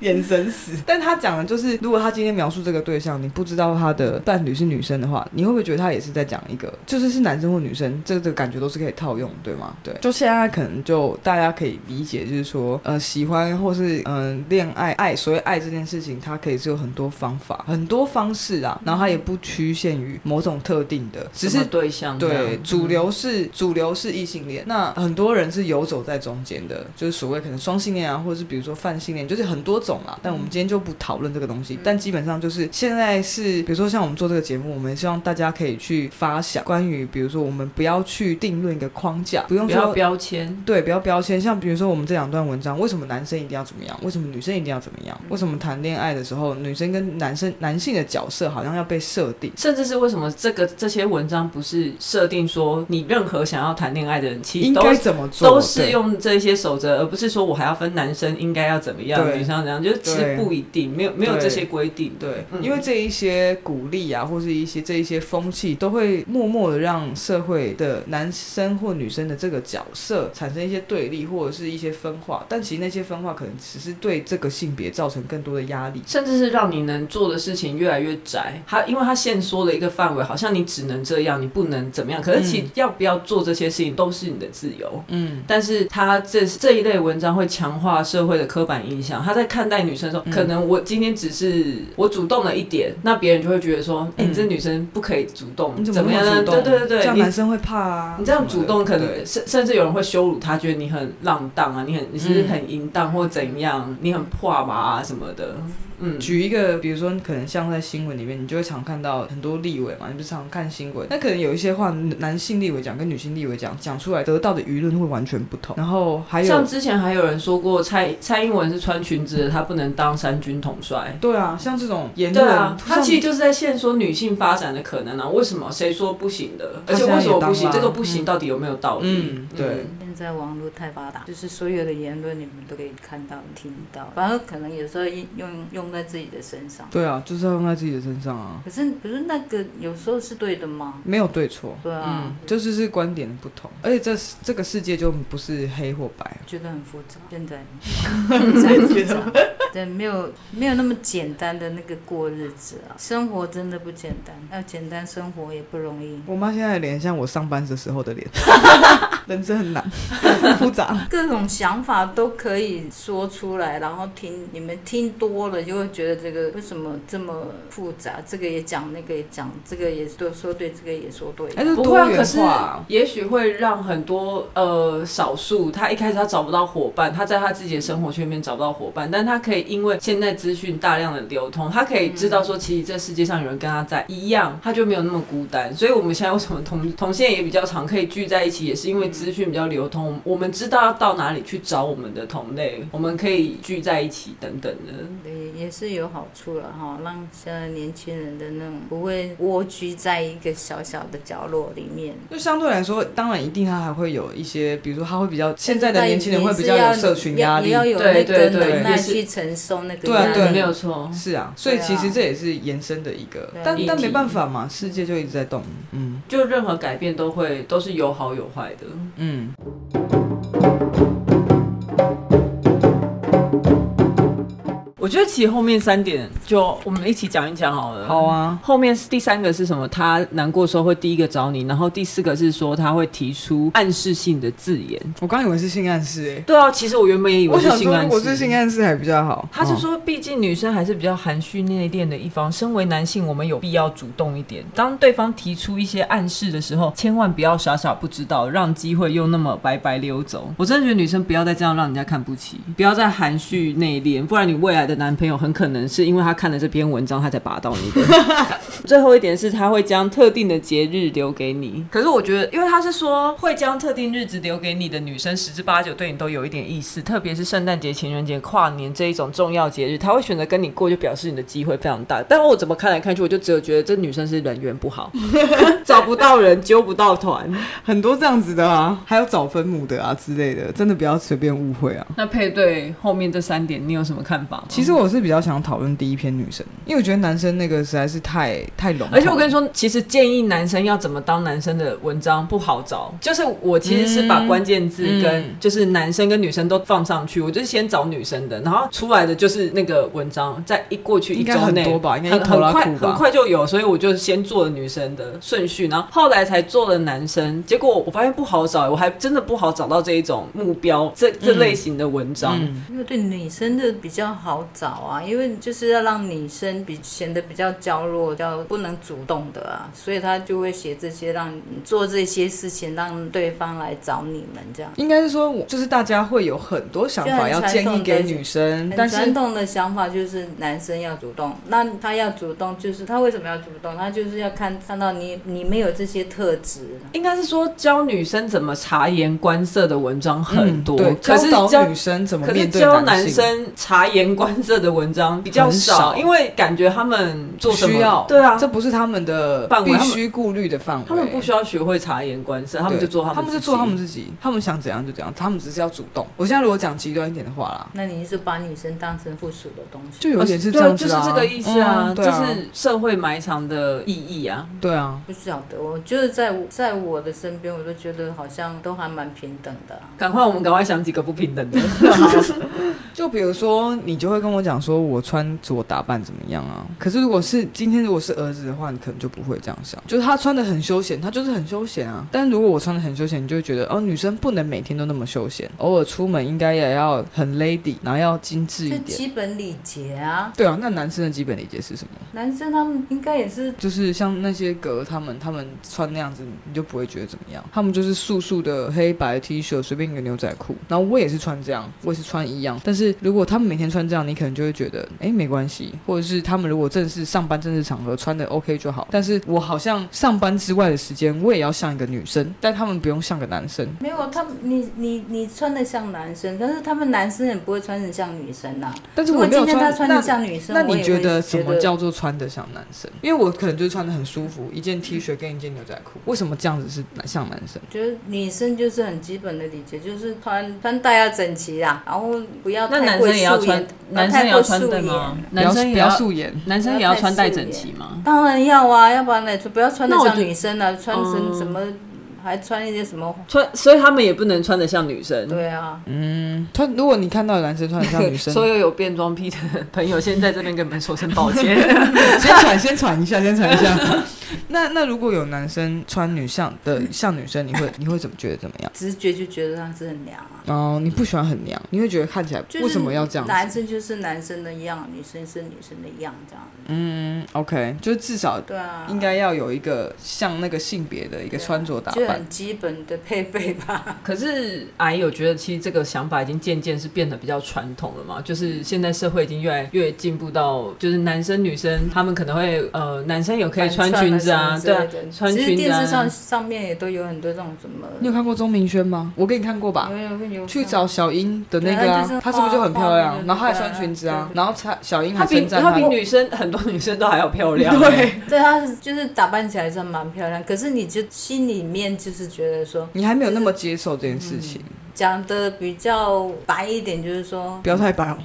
眼神死。但他讲的就是，如果他今天描述这个对象，你不知道他的伴侣是女生的话，你会不会觉得他也是在讲一个，就是是男生或女生，这个感觉都是可以套用，对吗？对，就现在可能就大家可以理解，就是说，呃，喜欢或是嗯恋、爱爱，所谓爱这件事情，它可以是有很多方法、很多方式啊，然后它也不局限于某种特定的，只
什
是
么对象这样
对，主流是主流是异性恋，那很多人是游走在中间的，就是所谓可能双性恋啊，或者是比如说泛性恋，就是很多种啦。但我
嗯
们今天就不讨论这个东西，但基本上就是现在是，比如说像我们做这个节目，我们希望大家可以去发想关于，比如说我们不要去定论一个框架，不用
嗯不要
说。
标签，
对，不要标签。像比如说我们这两段文章，为什么男生一定要怎么样？为什么女生一定要怎么样？
嗯
为什么谈恋爱的时候，女生跟男生男性的角色好像要被设定？
甚至是为什么这个这些文章不是设定说你任何想要谈恋爱的人，其实
应
都
该怎么做？
都是
对
用这些守则，而不是说我还要分男生应该要怎么样，
对
女生要怎样，就是其实
对
不一定，没有没有
对
这些规定。
对，
嗯
因为这一些鼓励啊，或是一些这一些风气，都会默默的让社会的男生或女生的这个角色产生一些对立，或者是一些分化。但其实那些分化可能只是对这个性别造成更多的压力。
甚至是让你能做的事情越来越窄，它因为它限缩了一个范围，好像你只能这样，你不能怎么样。可是其实
嗯
要不要做这些事情都是你的自由。
嗯，
但是他这这一类文章会强化社会的刻板印象。他在看待女生的时候，
嗯
可能我今天只是我主动了一点，那别人就会觉得说，哎、
嗯
你这女生不可以主动，
你怎
嗯怎
么
么样
那么
呢？
主动？
对对对
这
对，
样男
你
生会怕啊。
你这样
什么
主
的
动，可
对
能甚甚至有人会羞辱他，觉得你很浪荡啊，你很你是
嗯
很淫荡或怎样，你很破嘛啊什么的，嗯。
举一个，比如说，可能像在新闻里面，你就会常看到很多立委嘛，你不是常看新闻？那可能有一些话，男性立委讲跟女性立委讲，讲出来得到的舆论会完全不同。然后还有
像之前还有人说过蔡蔡英文是穿裙子的，她不能当三军统帅。
对啊，像这种言
对
论，
啊，他
像
其实就是在限缩女性发展的可能啊。为什么？谁说不行的？
他
而且为什么
现在也
不
当
行？
啦
这个不行到底有没有道理？
嗯对
现在网络太发达，就是所有的言论你们都可以看到、听到，反而可能有时候用用用在自己的身上。
对啊，就是要用在自己的身上啊，
可是可是那个有时候是对的吗？
没有对错，嗯
对啊，
就是是观点的不同，而且这这个世界就不是黑或白，
觉得很复杂。现在现在很复杂， 对，没有没有那么简单的那个过日子啊，生活真的不简单，要简单生活也不容易。
我妈现在的脸像我上班的时候的脸， 人生很难，复杂。
各种想法都可以说出来，然后听你们听多了，就会觉得这个为什么这么复杂？这个也讲，那个也讲，这个也对，说对，这个也说对。
哎这
不会啊
多，元
可是
化
也许会让很多呃少数，他一开始他找不到伙伴，他在他自己的生活圈里面找不到伙伴，但他可以因为现在资讯大量的流通，他可以知道说，其实这世界上有人跟他在一样，他就没有那么孤单。所以我们现在为什么同同性也比较常可以聚在一起，也是因为资讯比较流通，我们知道要到哪里去找我们的同类，我们可以聚在一起等等的。
也也是有好处了哈，让现在年轻人的那种不会蜗居在一个小小的角落里面。
就相对来说，当然一定他还会有一些，比如说他会比较现在的
但
年轻人
也
会
是
比较
要
有社群压力
也，要有
对
那
对
个
对
能耐
也是
去承受那个
对啊
压力。
对
没有错。
是啊，所以
对啊
其实这也是延伸的一个
对，啊
但
议
但
题
没办法嘛，世界就一直在动，嗯
就任何改变都会都是有好有坏的，
嗯。
我我觉得其实后面三点就我们一起讲一讲好了。
好。啊，
后面是第三个是什么？他难过的时候会第一个找你，然后第四个是说他会提出暗示性的字眼。
我刚以为是性暗示欸诶、
对啊，其实我原本也以为
我
是
想
性
说
暗
如
示。
果是性暗示还比较好。
他是
嗯
说，毕竟女生还是比较含蓄内敛的一方，身为男性，我们有必要主动一点。当对方提出一些暗示的时候，千万不要傻傻不知道，让机会又那么白白溜走。我真的觉得女生不要再这样让人家看不起，不要再含蓄内敛，不然你未来的男朋友很可能是因为他看了这篇文章，他才拔到你的。最后一点是，他会将特定的节日留给你。可是我觉得，因为他是说会将特定日子留给你的女生，十之八九对你都有一点意思，特别是圣诞节、情人节、跨年这一种重要节日，他会选择跟你过，就表示你的机会非常大。但我怎么看来看去，我就只有觉得这女生是人缘不好，找不到人，揪不到团。
很多这样子的啊，还有找分母的啊之类的，真的不要随便误会啊。
那配对后面这三点，你有什么看法吗？
其实我是比较想讨论第一篇女生，因为我觉得男生那个实在是太太笼统。
而且我跟你说，其实建议男生要怎么当男生的文章不好找，就是我其实是把关键字
嗯
跟
嗯
就是男生跟女生都放上去，我就是先找女生的，然后出来的就是那个文章，在一过去一
应该
周
很
内
多吧，应该一
很
头
很
拉
快
裤
很
吧。
快就有，所以我就先做了女生的顺序，然后后来才做了男生。结果我发现不好找，我还真的不好找到这一种目标
嗯
这这类型的文章。
因为对女生的比较好找啊，因为就是要让女生比显得比较娇弱，比较不能主动的啊，所以她就会写这些让做这些事情，让对方来找你们这样。
应该是说，我就是大家会有很多想法要建议给女生，嗯但
很传
是
统的想法就是男生要主动，那他要主动就是他为什么要主动？他就是要看看到你你没有这些特质，
应该是说教女生怎么察言观色的文章很多，
嗯对
可是
教
教
导女生怎么
可是
面对
教男
男性
生察言观色的文章比较
很
少，
少
因为感觉他们做什么
需要
对啊，
这不是他们的
范围
必
他们
须顾虑的范围。
他们不需要学会察言观色，他们
对
就做他们
他
自
们
己，
就做他们自己，他们想怎样就怎样，他们只是要主动。我现在如果讲极端一点的话啦，
那你是把女生当成附属的东西。
就有点是这
哦对，
样
就
子
是
啊，
这个意思啊，
嗯
这
对啊，
是社会埋藏的意义啊。
对啊。
不晓得，我就是在我在我的身边，我都觉得好像都还蛮平等的、啊。
赶快，我们赶快想几个不平等的。
就比如说，你就会跟我讲说我穿着打扮怎么样啊？可是如果是今天如果是儿子的话，你可能就不会这样想，就是他穿的很休闲，他就是很休闲啊。但如果我穿的很休闲，你就会觉得哦，女生不能每天都那么休闲，偶尔出门应该也要很 lady，然后要精致一
就
点。
基本礼节啊，
对啊，那男生的基本理解是什么？
男生他们应该也是
就是像那些哥他们，他们穿那样子，你就不会觉得怎么样。他们就是素素的黑白 T 恤，随便一个牛仔裤。然后我也是穿这样，我也是穿一样。但是如果他们每天穿这样，你可能就会觉得，哎、没关系。或者是他们如果正式上班正式场合穿的 OK 就好。但是我好像上班之外的时间，我也要像一个女生，但他们不用像个男生。
没有他们，你你你穿的像男生，但是他们男生也不会穿的像女生呐、
但是
如
我
果
没有
今天他
穿。
穿的像女生，
那
我
你
也
觉
会
得什么叫做穿得像男生？因为我可能就是穿的很舒服，一件 T 恤跟一件牛仔裤。为什么这样子是像男生？
觉得女生就是很基本的礼节，就是穿穿戴要整齐啦，然后 不要
那
太
男
过
生也要
素颜
穿，，
呃
男生也要穿对吗？
不要
男生
不
也
要
要，
素颜。
男生也要穿戴整齐吗？
当然要啊，要不然呢，就不要穿的
那我
像
觉
女生啊，穿成
嗯
什么、还穿一些什么？
穿，所以他们也不能穿得像女生。
对啊，
穿，如果你看到男生穿的像 女生，
所有有变装癖的朋友，先在这边跟你们说声抱歉。
先喘，先喘一下，先喘一 下。那那如果有男生穿女像的像女生，你会你会怎么觉得怎么样？
直觉就觉得他是很娘啊。
哦，你不喜欢很娘，你会觉得看起来
就是
为什么要这样
男
子？
生就是男生的样，女生是女生的样，这样。
嗯，OK，就是至少
对啊，
应该要有一个像那个性别的一个
对啊
穿着打
就
扮
很。基本的配备吧。
可是阿姨有觉得，其实这个想法已经渐渐是变得比较传统了嘛？就是现在社会已经越来越进步到，就是男生女生他们可能会呃，男生有可 以穿裙子啊，对啊，穿
其实
裙子
电视上
啊。
上面也都有很多这种什么，
你有看过钟明轩吗？我给你看过吧。
有有有
去找小樱的那个
对她就是
啊，她是不是就很漂
画画那
亮？
个
然后她还穿裙子啊
对，对对
然后她小樱
她
还
比
称赞
她
她
比女生很多女生都还要漂 亮，欸
对，
对她就是打扮起来是蛮漂亮，可是你就心里面就是觉得说，
你还没有那么接受这件事情。
讲的比较白一点，就是说
不要太白哦。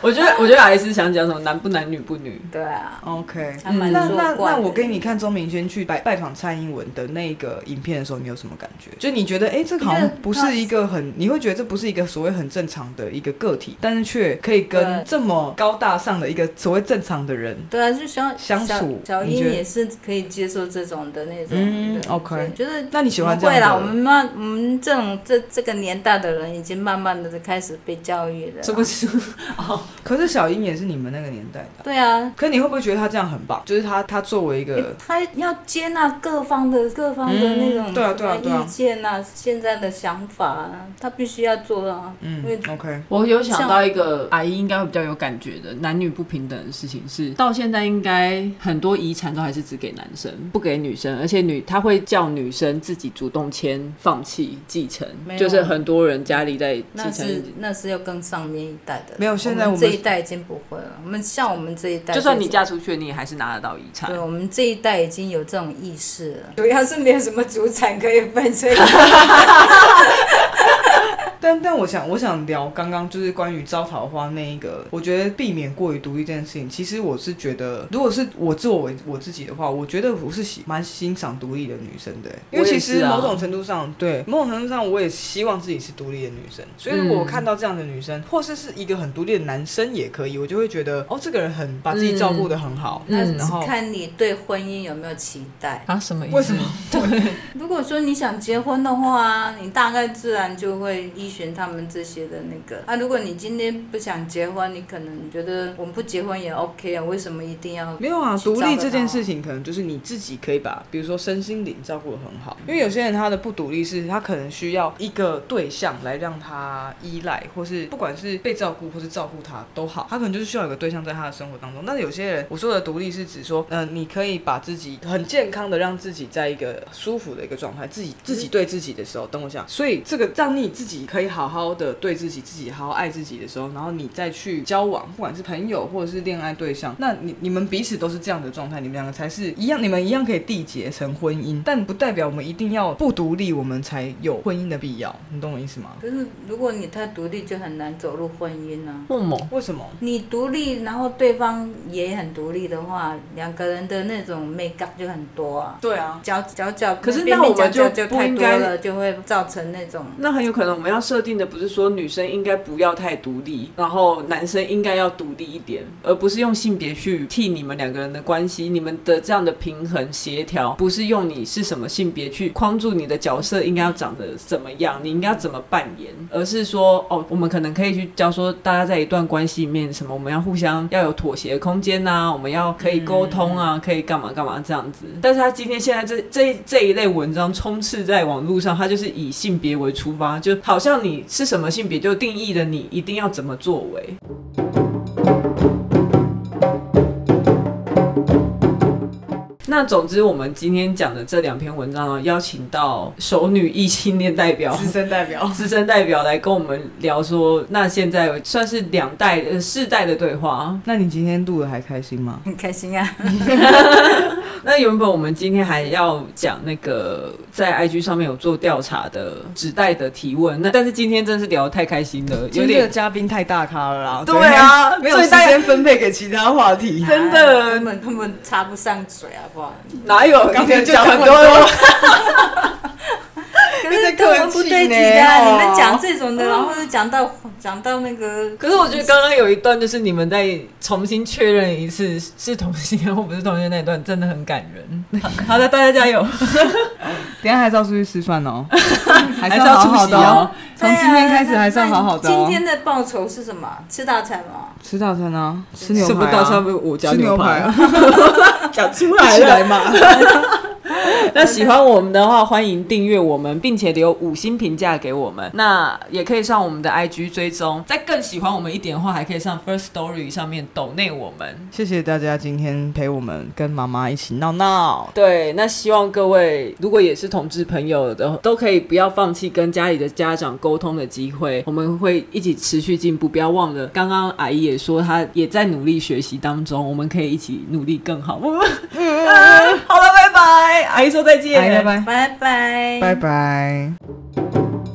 我觉得，我觉得阿姨是想讲什么男不男女不女，
对啊，
OK。
还蛮
那
作
那
怪
那
的
我跟你看钟明轩去拜拜访蔡英文的那个影片的时候，你有什么感觉？就你觉得，哎、这个好像不是一个很，你会觉得这不是一个所谓很正常的一个个体，但是却可以跟
对
这么高大上的一个所谓正常的人，
对啊，就小
相处
小小
你
英
觉得
也是可以接受这种的那种。
嗯
对
OK
所以觉得
那你喜欢
不
这
会啦，
样
我
的
们慢，我们这种这这个年代的人已经慢慢的开始被教育了。
这不 是
哦
可是小英也是你们那个年代的啊，
对啊，
可你会不会觉得他这样很棒？就是他他作为一个，
他要接纳各方的各方的那种
嗯对啊对啊对啊
意见啊，现在的想法啊，他必须要做啊。
嗯
因为
，OK，
我有想到一个阿姨应该会比较有感觉的男女不平等的事情是，到现在应该很多遗产都还是只给男生，不给女生，而且女她会叫女生自己主动签放弃继承
没，有
就是很多人家里在
那
继承
是。那是要跟上面一代的，
没有现在
我
我们
这一代已经不会了。我们像我们这一代，
就算你嫁出去，你也还是拿得到遗产
对，。我们这一代已经有这种意识
嗯
了。主要是没有什么主产可以分， 所以
但但我想我想聊刚刚就是关于招桃花那一个，我觉得避免过于独立这件事情，其实我是觉得，如果是我作为我自己的话，我觉得我是喜蛮欣赏独立的女生的欸、因为
我也
其
是
实
啊
某种程度上，对某种程度上，我也希望自己是独立的女生。所以如
嗯
果我看到这样的女生，或是是一个很独立的男生也可以，我就会觉得哦，这个人很把自己照顾的很好。
嗯
然后
看你对婚姻有没有期待。
啊，什么意思？
为什么？
如果说你想结婚的话，你大概自然就会依循他们这些的那个。啊，如果你今天不想结婚，你可能觉得我们不结婚也 OK 啊，为什么一定要？
没有啊，
去
独
照
立
顾
这件
他
事情，可能就是你自己可以把，比如说身心灵照顾得很
嗯
好。因为有些人他的不独立是，他可能需要一个对象来让他依赖，或是不管是被照顾或是照顾他都好，他可能就是需要有个对象在他的生活当中。但是有些人，我说的独立是指说，嗯、你可以把自己很健康的让自己在一个舒服的一个状态，自己自己对自己的时候，等我想，所以这个让你自己可以好好的对自己，自己好好爱自己的时候，然后你再去交往，不管是朋友或者是恋爱对象，那你你们彼此都是这样的状态，你们两个才是一样，你们一样可以缔结成婚姻，但不代表我们一定要不独立，我们才有婚姻的必要，你懂我意思吗？
可是如果你太独立，就很难走入婚姻啊。
为什么？
为什么？
你独立，然后对方也很独立的话，两个人的那种 make up 就很多啊。
对啊，
角角角，
可是那
边
我
边
们
角角
就
就
不
太
应
多
该
了，就会造成那种
那很有可能我们要设定的不是说女生应该不要太独立，然后男生应该要独立一点，而不是用性别去替你们两个人的关系、你们的这样的平衡协调，不是用你是什么性别去框住你的角色应该要长得怎么样，你应该要怎么扮演，而是说哦，我们可能可以去教说大家在一段关系里面什么，我们要互相要有妥协空间呐、我们要可以沟通啊，可以干嘛干嘛这样子。但是他今天现在这这这一类文章充斥在网络上，他就是以性别为出发，就好像你是什么性别就定义了你一定要怎么作为。那总之，我们今天讲的这两篇文章啊，邀请到熟女异性恋代表
资深代表。
资深代表来跟我们聊说，那现在算是两代呃世代的对话。
那你今天录的还开心吗？
很开心啊。
那原本我们今天还要讲那个在 IG 上面有做调查的纸袋的提问，那但是今天真是聊得太开心了，有
今天的
点
嘉宾太大咖了啦，
对啊，
没有
最
时
大
间分配给其他话题。
真的
哎根本根本插不上嘴，好不好？
哪有
刚哎才就讲
讲很
很
多
多
了。
可
在
是
客
根本不
气
对
呢
题的啊，
哦
你们讲这种的，然后又讲到讲到那个，
可是我觉得刚刚有一段，就是你们再重新确认一次是同性恋或不是同性恋那一段，真的很感人。好好的，大家 加油，
等一下还是要出去吃饭 哦，还
还
是
是
要
要
好好
出席
的哦
哦。。
从今天开始还是要好好的、
那
哦。
那今天的报酬是什么？吃大餐哦吗？
吃大餐啊，吃牛
什
排、
么
啊，
大餐？我家
吃牛排
排
啊，
讲出
一
来
起
了
来。嘛。
那喜欢我们的话，欢迎订阅我们，并且留五星评价给我们。那也可以上我们的 IG 追踪。再更喜欢我们一点的话，还可以上 First Story 上面抖内我们。
谢谢大家今天陪我们跟妈妈一起闹闹。
对，那希望各位如果也是同志朋友的，都可以不要放弃跟家里的家长沟通的机会。我们会一起持续进步，不要忘了。刚刚阿姨也说，她也在 努力学习当中，我们可以一起努力更好。啊好了，拜拜。阿姨说再见，
哎拜拜，
拜拜，
拜拜。